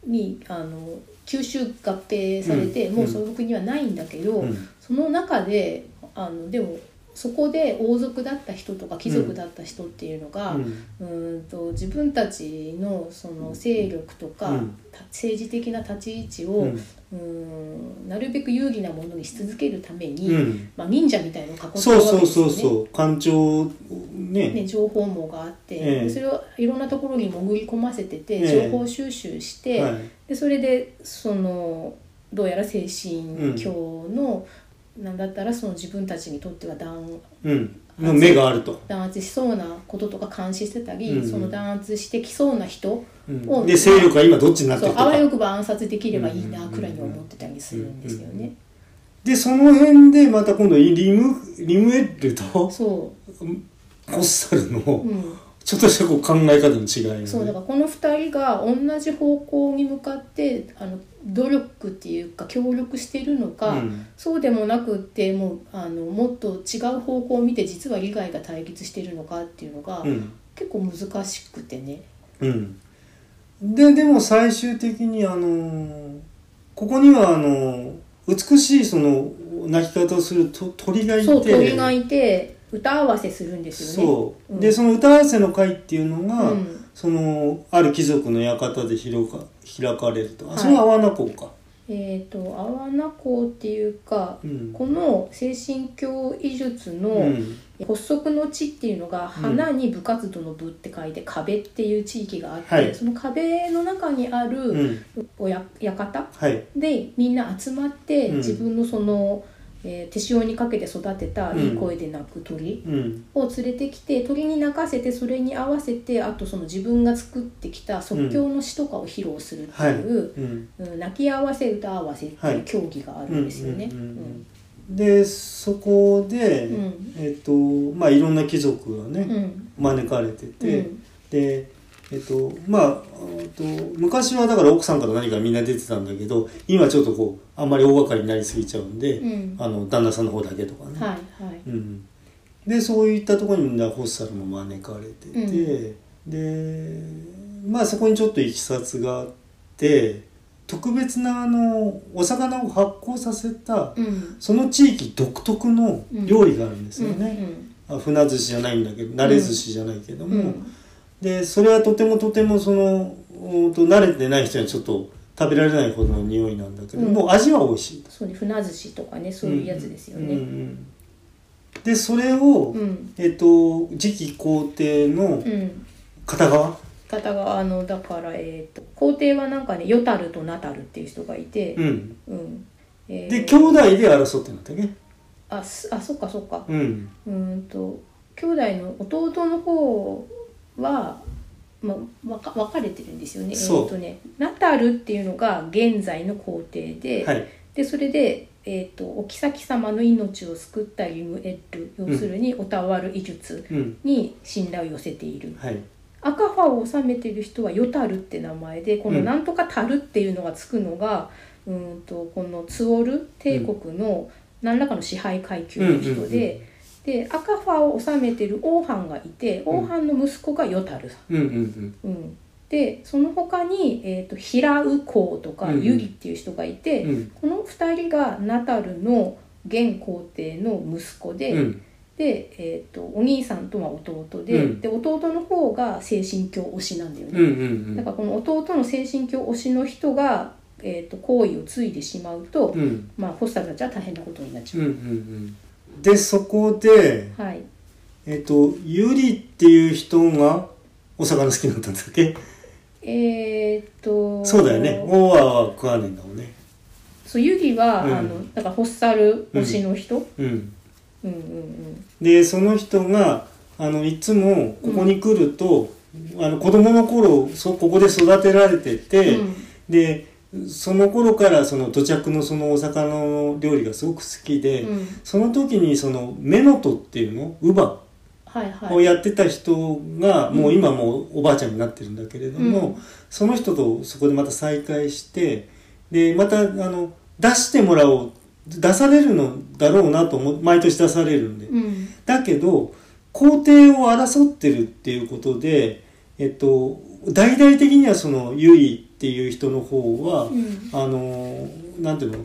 にあの吸収合併されて、うんもうその国にはないんだけど、うんその中であのでもそこで王族だった人とか貴族だった人っていうのが、うんうーんと自分たちのその勢力とか、うんた政治的な立ち位置を、ううんーん、なるべく有利なものにし続けるために、うんまあ、忍者みたいなのを囲ってそうそうですそようねそう官庁ねね、情報網があって、ええそれをいろんなところに潜り込ませてて、ええ情報収集して、はいでそれでそのどうやら精神教の、なんだったらその自分たちにとっては弾うん、の目があると、弾圧しそうなこととか監視してたり、うんうんその弾圧してきそうな人うん、で勢力が今どっちになってそるうとあわかよくば暗殺できればいいなくらいに思ってたりするんですよね。でその辺でまた今度リムリムエッルと コそッサルう、のうん、ちょっとしたこう考え方の違いがねそうだからこの2人が同じ方向に向かってあの努力っていうか協力してるのか、うんそうでもなくってもうあのもっと違う方向を見て実は利害が対立してるのかっていうのが、うん結構難しくてね。うん、ででも最終的にあのーここにはあのー美しいその鳴き方をすると鳥がいてそう鳥がいて歌合わせするんですよね。そう、うんでその歌合わせの会っていうのが、うんそのある貴族の館で広か開かれるとあはいそれは阿波子か、えっ、と阿波名校っていうか、うんこの精神教医術の、うん発足の地っていうのが花に部活動の部って書いて壁っていう地域があって、はいその壁の中にあうるん、おや館はいでみんな集まってうん自分のその、えー手塩にかけて育てたうんいい声で鳴く鳥うんを連れてきて鳥に鳴かせてそれに合わせてあとその自分が作ってきた即興の詩とかを披露するっていう、うんうん泣き合わせ歌合わせってはいいう競技があるんですよね。うんうんでそこで、うんえっとまあいろんな貴族がうんうね、ん招かれてうて、んでえっとまあえっと昔はだから奥さんから何かみんな出てたんだけど今ちょっとこうあんまり大掛かりになりすぎちゃうんで、うんあの旦那さんの方だけとかね、はいはいうん、でそういったところにホッサルも招かれてて、でまあそこにちょっといきさつがあって特別なあのお魚を発酵させたうんその地域独特の料理があるんですよね、あ船寿司じゃないんだけど慣れ寿司じゃないけどうんも、うんうんでそれはとてもとてもそのうんと慣れてない人にはちょっと食べられないほどの匂いなんだけど、うんもう味は美味しいそうね、船寿司とかね、そういうやつですようんうね。んでそれを、うん、えっと、次期皇帝のうん、片側、方が、あの、だから、えっ、と、皇帝はなんかね、ヨタルとナタルっていう人がいてう。ん、うん。えーで兄弟で争ってんだったっけ、あ、すあ、そっか、そっか。うん、うーんと、兄弟の弟の方は。まあ、わか、分かれてるんですよね。そうえっ、とね、ナタルっていうのが現在の皇帝で。はい、でそれで、えー、とお妃様の命を救ったリムエッル要するにおたわる医術うん、に信頼を寄せている、はい、赤ファを治めている人はヨタルって名前でこのうんなんとかタルっていうのがつくのが、うーん、とこのツオル帝国の何らかの支配階級の人で、で赤ファを治めている王藩がいてん王藩の息子がヨタルさんうん、うん、うん、でその他に、えー、と平右公とかうんうんユギっていう人がいて、うんこの2人がナタルの現皇帝の息子で、うん、うん、で、えー、とお兄さんとは弟で,、うんで弟の方が精神教推しなんだようん、うね、だん、からこの弟の精神教推しの人が、えー、と行為を継いでしまうと、うん、うん、まあホッサルたちは大変なことになっちゃうん、うん、で、そこで、う、はいえっと、ユリっていう人がお魚好きだったんだっけ。えっ、とそうだよね、オーアは食わねえんだもんね。そうユギは、うんあのだからホッサル推しの人、うん、うんうんうんでその人があのいつもここに来ると、あの子供の頃そうここで育てられてて、うんでその頃からその土着のそのお魚の料理がすごく好きで、うんその時にそのメノトっていうの乳母はいはいをやってた人が、もう今もうおばあちゃんになってるんだけれども、うんその人とそこでまた再会してでまたあの出してもらおう出されるのだろうなと思毎年出されるんで、うんだけど皇帝を争ってるっていうことで、えっと、大々的にはその優位っていう人の方は、うんあのなんていうの、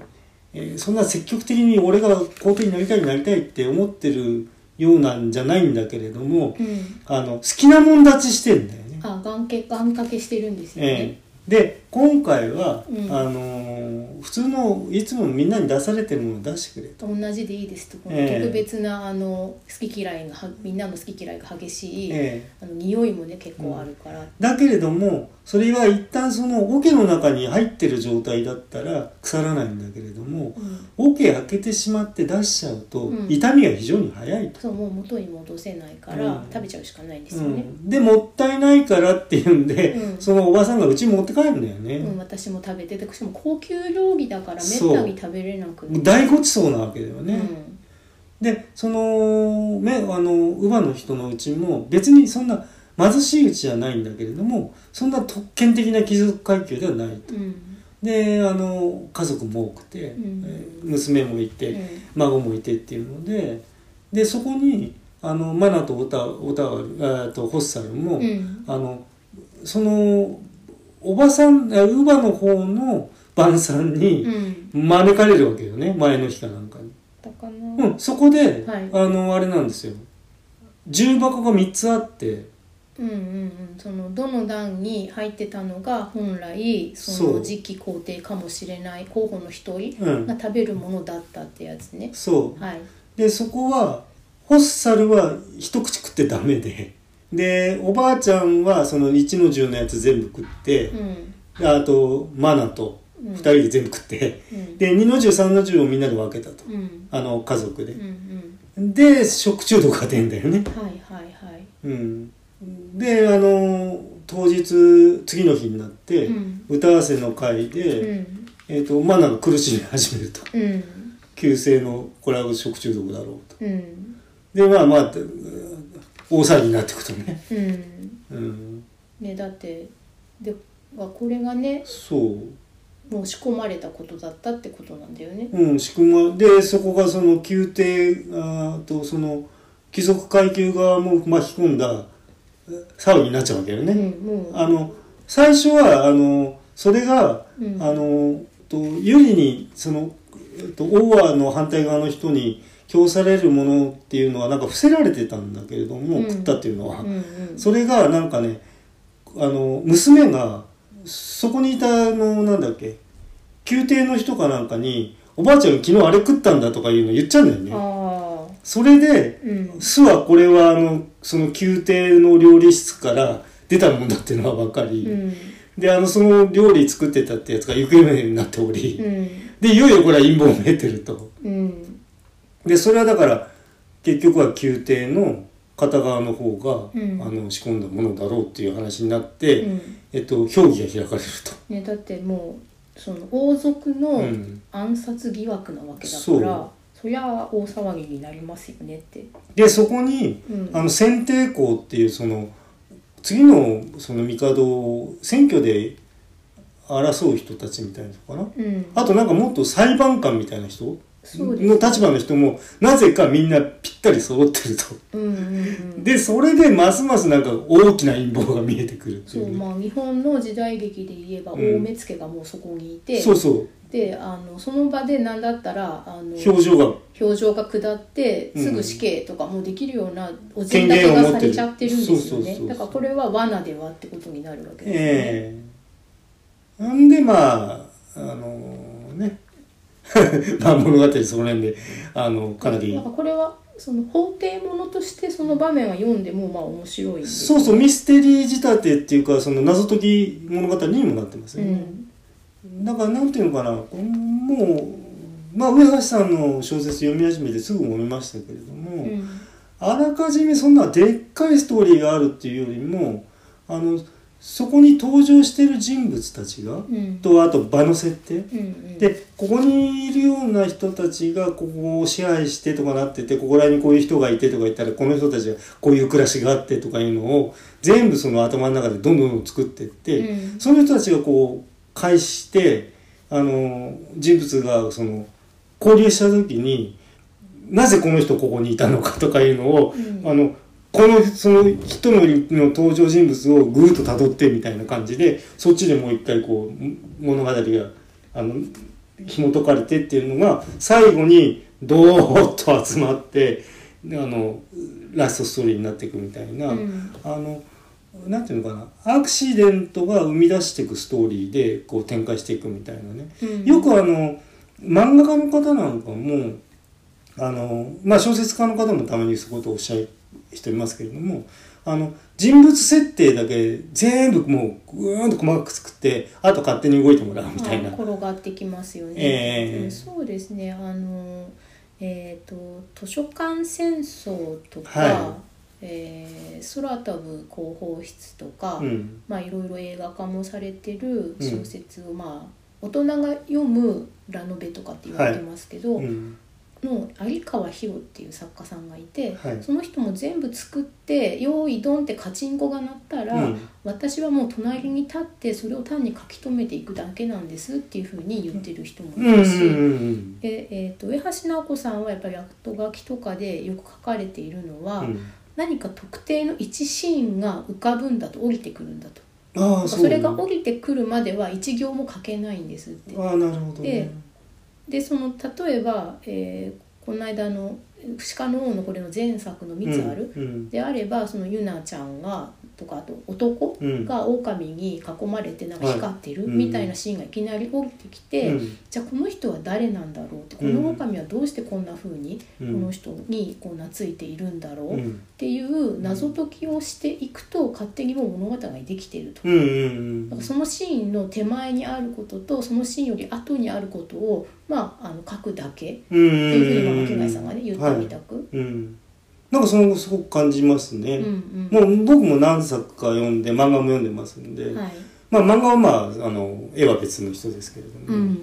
えーそんな積極的に俺が皇帝になりたいなりたいって思ってるようなんじゃないんだけれども、うんあの好きなもん勝ちしてんだよね。あ願掛け願掛けしてるんですよえね、えで今回は、うんあの普通のいつもみんなに出されてるものを出してくれと。同じでいいですとこのええ特別なあの好き嫌いがはみんなの好き嫌いが激しい、ええあの匂いもね結構あるから、だけれどもそれは一旦その桶の中に入ってる状態だったら腐らないんだけれどもうん桶開けてしまって出しちゃうと、うん痛みが非常に早いと、そうもう元に戻せないから、うん食べちゃうしかないんですうよね、ん、でもったいないからっていうんで、うんそのおばさんがうちに持って帰るんだよね、うん、私も食べててしかも高級料理だからめっそうたに食べれなくてもう大ごちそうなわけだよね、うんでそのめあの乳母の人のうちも別にそんな貧しいうちじゃないんだけれどもそんな特権的な貴族階級ではないうんであの家族も多くて、うんえー娘もいて、うん孫もいてっていうのででそこにあのマナとオタオタワルえーとホッサルも、うんあのそのおばさんあ乳母の方の晩餐にうん招かれるわけよね前の日かなんかに。だかな、うん、そこで、はいあのあれなんですよ重箱が3つあってうんうんうん、そのどの段に入ってたのが本来そそのう次期皇帝かもしれない候補の一人うんが食べるものだったってやつね、そうはいでそこはホッサルは一口食ってダメででおばあちゃんはその一の重のやつ全部食ってう、んあとマナとうん二人で全部食って、うんで二の重三の重をみんなで分けたと、うんあの家族うで、んで食中毒が出んだよねうんはいはいはいうんであの当日次の日になって、うん歌合わせの会で、うんえー、とマナが苦しみ始めるとうん急性のこれは食中毒だろうとうんでまあまあ大騒ぎになってくとね、うんうん、ねだってではこれがねそう、もう仕込まれたことだったってことなんだよねうん、仕組までそこがその宮廷あーとその貴族階級側も巻き込んだえ騒ぎになっちゃうわけようね、んもうあの最初はあのそれが、うんあのと有利にその、えー、とオーアの反対側の人に供されるものっていうのはなんか伏せられてたんだけれども、うん食ったっていうのは、うんうんそれがなんかねあの娘がそこにいたあのなんだっけ宮廷の人かなんかに「おばあちゃん昨日あれ食ったんだ」とかいうの言っちゃうんだよね。ああそれでうん巣はこれはあのその宮廷の料理室から出たもんだっていうのは分かり、うんであのその料理作ってたってやつが行方不明になっており、うんでいよいよこれは陰謀をめいてると。うんでそれはだから結局は宮廷の片側の方が、うんあの仕込んだものだろうっていう話になって、うんえっと、評議が開かれると。ね、だってもうその王族のうん暗殺疑惑なわけだから、そうそりゃ大騒ぎになりますよねって、でそこに、うんあの選定校っていうその次のその帝を選挙で争う人たちみたいなのかな、うん、あとなんかもっと裁判官みたいな人そうですの立場の人もなぜかみんなぴったり揃ってると。うんうんうんでそれでますますなんか大きな陰謀が見えてくるっていそううね、まあ日本の時代劇で言えばうん大目付がもうそこにいて、そうそうであのその場で何だったらあの表情が表情が下ってうんすぐ死刑とかもうできるようなお膳立てがされちゃってるんです権限をよ持ってるそうそうそうそねうだからこれは罠ではってことになるわけですよね。ええなんでまああのね まあ物語その辺であのかなりんかこれはその法廷ものとしてその場面は読んでもまあ面白いんですそうそうミステリー仕立てっていうかその謎解き物語にもなってますうよね、んだからなんていうのかなこうもうまあ上橋さんの小説読み始めてすぐ思いましたけれども、うんあらかじめそんなでっかいストーリーがあるっていうよりもあのそこに登場している人物たちが、うんとあと場の設定、うんうんでここにいるような人たちがここを支配してとかなっててここら辺にこういう人がいてとか言ったらこの人たちがこういう暮らしがあってとかいうのを全部その頭の中でどんどんどんどん作ってって、うんその人たちがこう介してあの人物がその交流した時になぜこの人ここにいたのかとかいうのを、うんあのこのその人のの登場人物をぐーっと辿ってみたいな感じでそっちでもう一回こう物語があの紐解かれてっていうのが最後にどーっと集まってあのラストストーリーになっていくみたいな。うんあのなんていうのかなアクシデントが生み出していくストーリーでこう展開していくみたいなね、うんよくあの漫画家の方なんかもあの、まあ、小説家の方もたまにそういうことをおっしゃる人いますけれどもあの人物設定だけ全部もうぐーんと細かく作ってあと勝手に動いてもらうみたいな、はい転がってきますよね、ええうんそうですねあのえっ、と図書館戦争とか、はえー空飛ぶ広報室とか、うんまあいろいろ映画化もされてる小説を、まあ大人が読むラノベとかって言われてますけど、うんの有川博っていう作家さんがいて、はいその人も全部作って「用意ドン」ってカチンコが鳴ったら、うん私はもう隣に立ってそれを単に書き留めていくだけなんですっていうふうに言ってる人もういんうんるし、うんでえー、と上橋直子さんはやっぱり落書きとかでよく書かれているのは、うん何か特定の一シーンが浮かぶんだと降りてくるんだとああそそうれが降りてくるまでは一行も書けないんですってああなるほどねででその例えば、えーこの間の「鹿の王」のこれの前作の「三つある」うんであればそのユナちゃんがとかあと男うんが狼に囲まれてなんか光ってるはいみたいなシーンがいきなり降りてきうて、んうんじゃあこの人は誰なんだろうってこうんの狼はどうしてこんな風にこうんの人にこう懐いているんだろううっんていう謎解きをしていくと勝手にもう物語ができていると。うんうんうんだからそのシーンの手前にあることとそのシーンより後にあることを、まあ、あの書くだけっうんうんてうんいうふうに巻貝さんがね言ってみたはく。いうん、なんかそのすごく感じますうんね、うんもう僕も何作か読んで漫画も読んでますんで、はいまあ漫画はまああの絵は別の人ですけれども、うんうん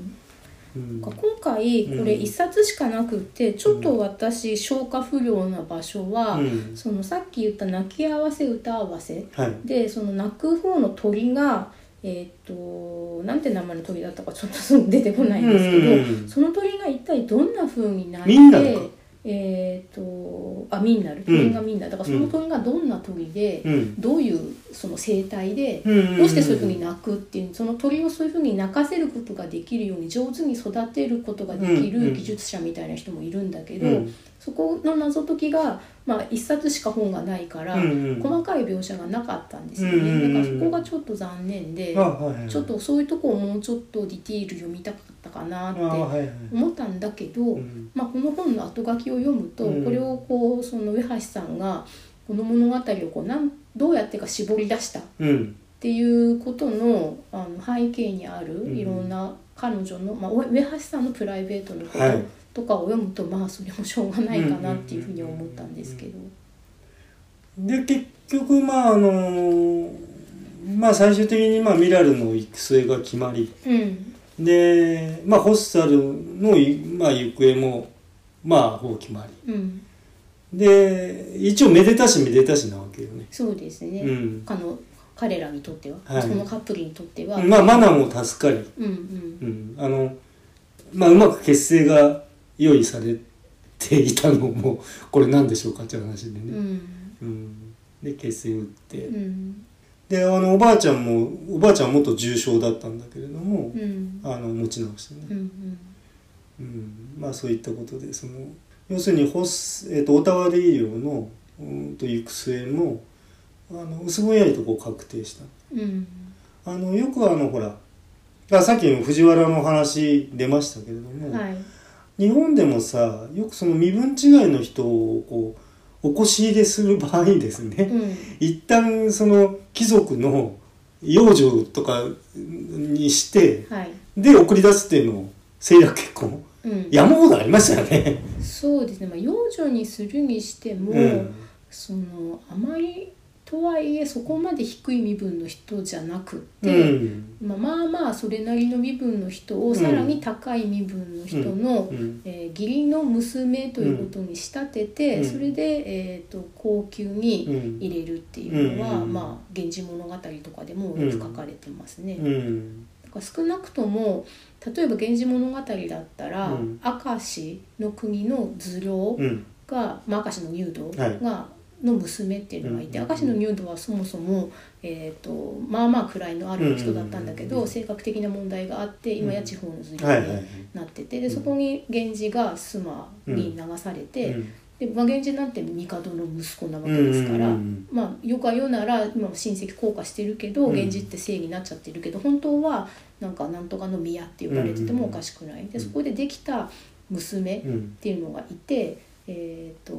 今回これうん一冊しかなくって、ちょっと私消化不良な場所は、うんそのさっき言った泣き合わせ歌合わせはいでその泣く方の鳥がえーっとなんて名前の鳥だったかちょっとすぐ出てこないんですけど、うんうんうんその鳥が一体どんな風になっミンナルかてえーっとあミンナル鳥がミンナルだからその鳥がどんな鳥で、うんどういうその生態で、うんうんうんどうしてそういうふうに鳴くっていうその鳥をそういうふうに鳴かせることができるように上手に育てることができうんうんる技術者みたいな人もいるんだけど、うんそこの謎解きが、まあ、1冊しか本がないから、うんうん細かい描写がなかったんですよね、うんうんうんだからそこがちょっと残念で、あはいはいちょっとそういうとこをもうちょっとディティール読みたかったかなあってはいはい思ったんだけど。うんまあ、この本の後書きを読むと、うんこれをこうその上橋さんがこの物語をこうなんどうやってか絞り出したっうんていうことのあの背景にあるんいろんな彼女の、まあ、お上橋さんのプライベートのこはいととかを読むと、まあそれもしょうがないかなっていうふうに思ったんですけど。で結局まああのまあ最終的にまあミラルの行く末が決まりうんでまあホッサルのい、まあ、行方もまあほぼ決まりうん、で一応めでたしめでたしなわけよね、そうですね、うん、あの彼らにとっては、はいそのカップルにとっては、まあマナーも助かり、うんうん、あのまあうまく結成が用意されていたのもこれ何でしょうかっていう話でうんね、うんうん、で結成打って、うんであのおばあちゃんもおばあちゃんは元重傷だったんだけれどもうんうんあの持ち直してね、うんうん、まあそういったことでその要するにホス、えっとオタワレ医療のうーんと行く末もあの薄ぼんやりとこう確定したうんあのよくあのほらあさっきの藤原の話出ましたけれども、はい日本でもさよくその身分違いの人をこうおこし入れする場合にですね、うん一旦その貴族の養女とかにしてはい、で送り出すっていうのを政略結婚うん、山ほどありましたよね。そうですね、まあ、養女にするにしても、そのあまりとはいえそこまで低い身分の人じゃなくっうて、んまあ、まあまあそれなりの身分の人をさらに高い身分の人の、うんえー義理の娘ということに仕立てて、うんそれで、えー、と高級うにん入れるっていうのは、うんまあ「源氏物語」とかでもよく書かれてますね。うんだから少なくとも例えば「源氏物語」だったら、うん明石の国の頭領うんが、まあ、明石の入道が、はいの娘っていうのがいて、うんうんうん明石の入道はそもそも、えー、とまあまあ位のある人だったんだけうど、んうんうん性格的な問題があって今や地方の頭はい領はいはにいなってて、でそこに源氏が妻に流されて、うんでまあ源氏なんて帝の息子なわうけんうんでうすんから。まあ、よくは言うなら今も親戚降下してるけどうん源氏って正義になっちゃってるけど、本当はなんかなんとかの宮って呼ばれててもおかしくない、でそこでできた娘っうんていうのがいて、えー、と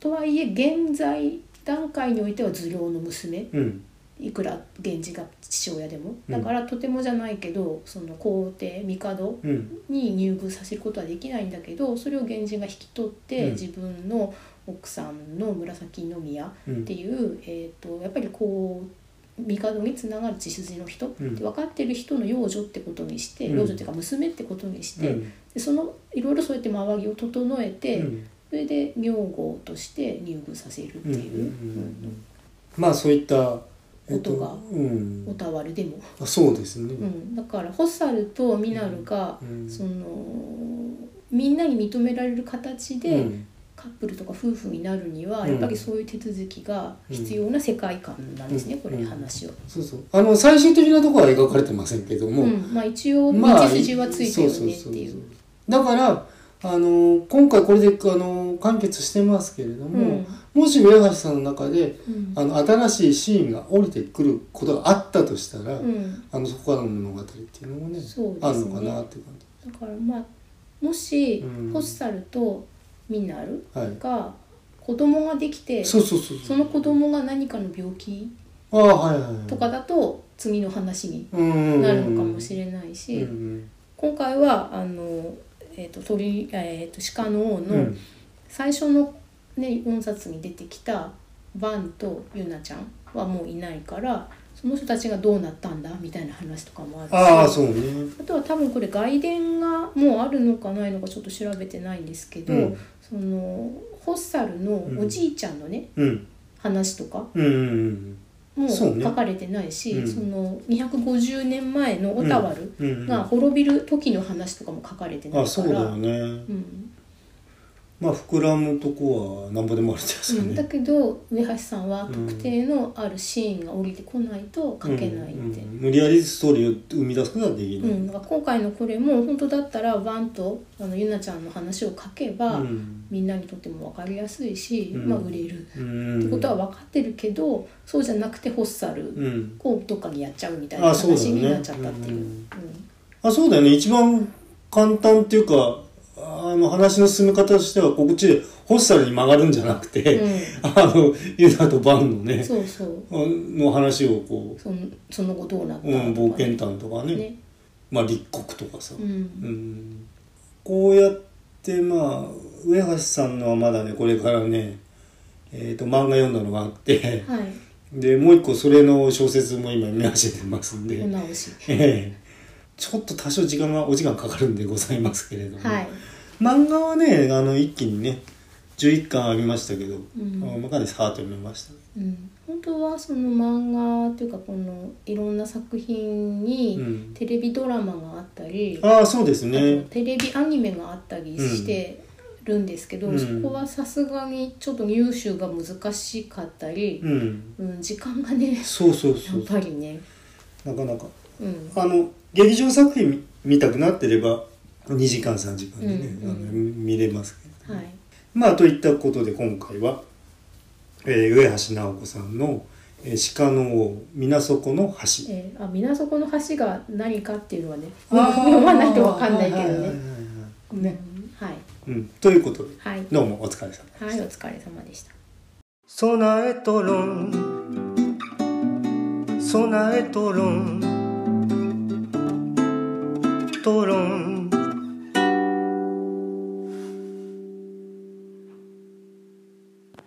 とはいえ現在段階においては頭領の娘うんいくら源氏が父親でもだからとてもじゃないけどその皇帝帝うんに入宮させることはできないんだけどそれを源氏が引き取って、うん自分の奥さんの紫の宮っうんていう、えー、とやっぱりこう帝につながる血筋の人、うん分かってる人の養女ってことにして、うん養女っていうか娘ってことにして、うんでそのいろいろそうやって周りを整えて、うんそれで女房として入宮させるってうんうんうんいう、まあそういったえっと音がうんおたわれでも、あそうですねう。ん、だからホッサルとミナルが、うんそのみんなに認められる形で、うんカップルとか夫婦になるにはうんやっぱりそういう手続きが必要な世界観なんですね、うんこれうん話は。そうそうあの最終的なところは描かれてませんけどうも、ん、まあ一応まあ道筋はついてるよねっていそうそうそうそうう。だからあの今回これであの完結してますけれどうも、んもし宮橋さんの中でうんあの新しいシーンが降りてくることがあったとしたら、うんあのそこからの物語っていうのもねそうあでるすのかねなって感だからまあもしうんホッサルとミナルじ。はい。が子供ができてそそうそうそうう。の子供が何かの病気ああはいはいはい。とかだと次の話にななるのかもしれないし、うん今回はあの、えー、と鳥、えー、と鹿の王うんうの、ん最初のね4冊に出てきたバンとユナちゃんはもういないからその人たちがどうなったんだみたいな話とかもあるしああそうね。あとは多分これ外伝がもうあるのかないのかちょっと調べてないんですけど、うんそのホッサルのおじいちゃんのね、うん話とかうんうんもうそうね書かれてないしそ,、うんの250年前のオタワルうんうん。があ滅びる時の話とかも書かれてないかそうだら。よね。うんまあ膨らむとこはなんぼでもあるですうよん、だね。けど上橋さんは特定のあるシーンが降りてこないと書けないうんって、うん無理やりストーリーを生み出すことはできうない。んだから今回のこれも本当だったらワンとあのゆなちゃんの話を書けば、うんみんなにとっても分かりやすいし、うんまあ、売れる、うんってことは分かってるけどそうじゃなくてホッサルうん。をどっかにやっちゃうみたいなあそうだ話よねになっちゃったっていう。うんあそうだよね一番簡単っていうかあの話の進め方としてはこっちでホッサルに曲がるんじゃなくて、 あのユナとバンのうんねそうそうの話をこう、そのその後どうなったうとかん、冒険譚とかねねまあ立国とかさ、うんうんこうやってまあ上橋さんのはまだねこれからねえー、と漫画読んだのがあってはいでもう一個それの小説も今見始めてますんで、お直しええちょっと多少時間がお時間かかるんでございますけれども、はい漫画はねあの一気にね11巻ありましたけど、んあのかなりさーっと読みましたねうん、本当はその漫画っていうかこのいろんな作品うにんテレビドラマがあったり、ああそうですあねとテレビアニメがあったりしてるんですけど、うんそこはさすがにちょっと入手が難しかったり、うんうん、時間がねやそうそうそうっぱりね、なかなかうん、あの劇場作品み見たくなってれば2時間3時間でね、うんうんあの見れますけど、はいまあといったことで今回は、えー上橋直子さんの「えー鹿の王水底の橋」えー、あ水底の橋が何かっていうのはねあー 読まないとわかんないけどははねは。いはいね、うんはいうん、ということではい、どうもお疲れ様はい、お疲れ様でした。備えとろん備えとろんとろん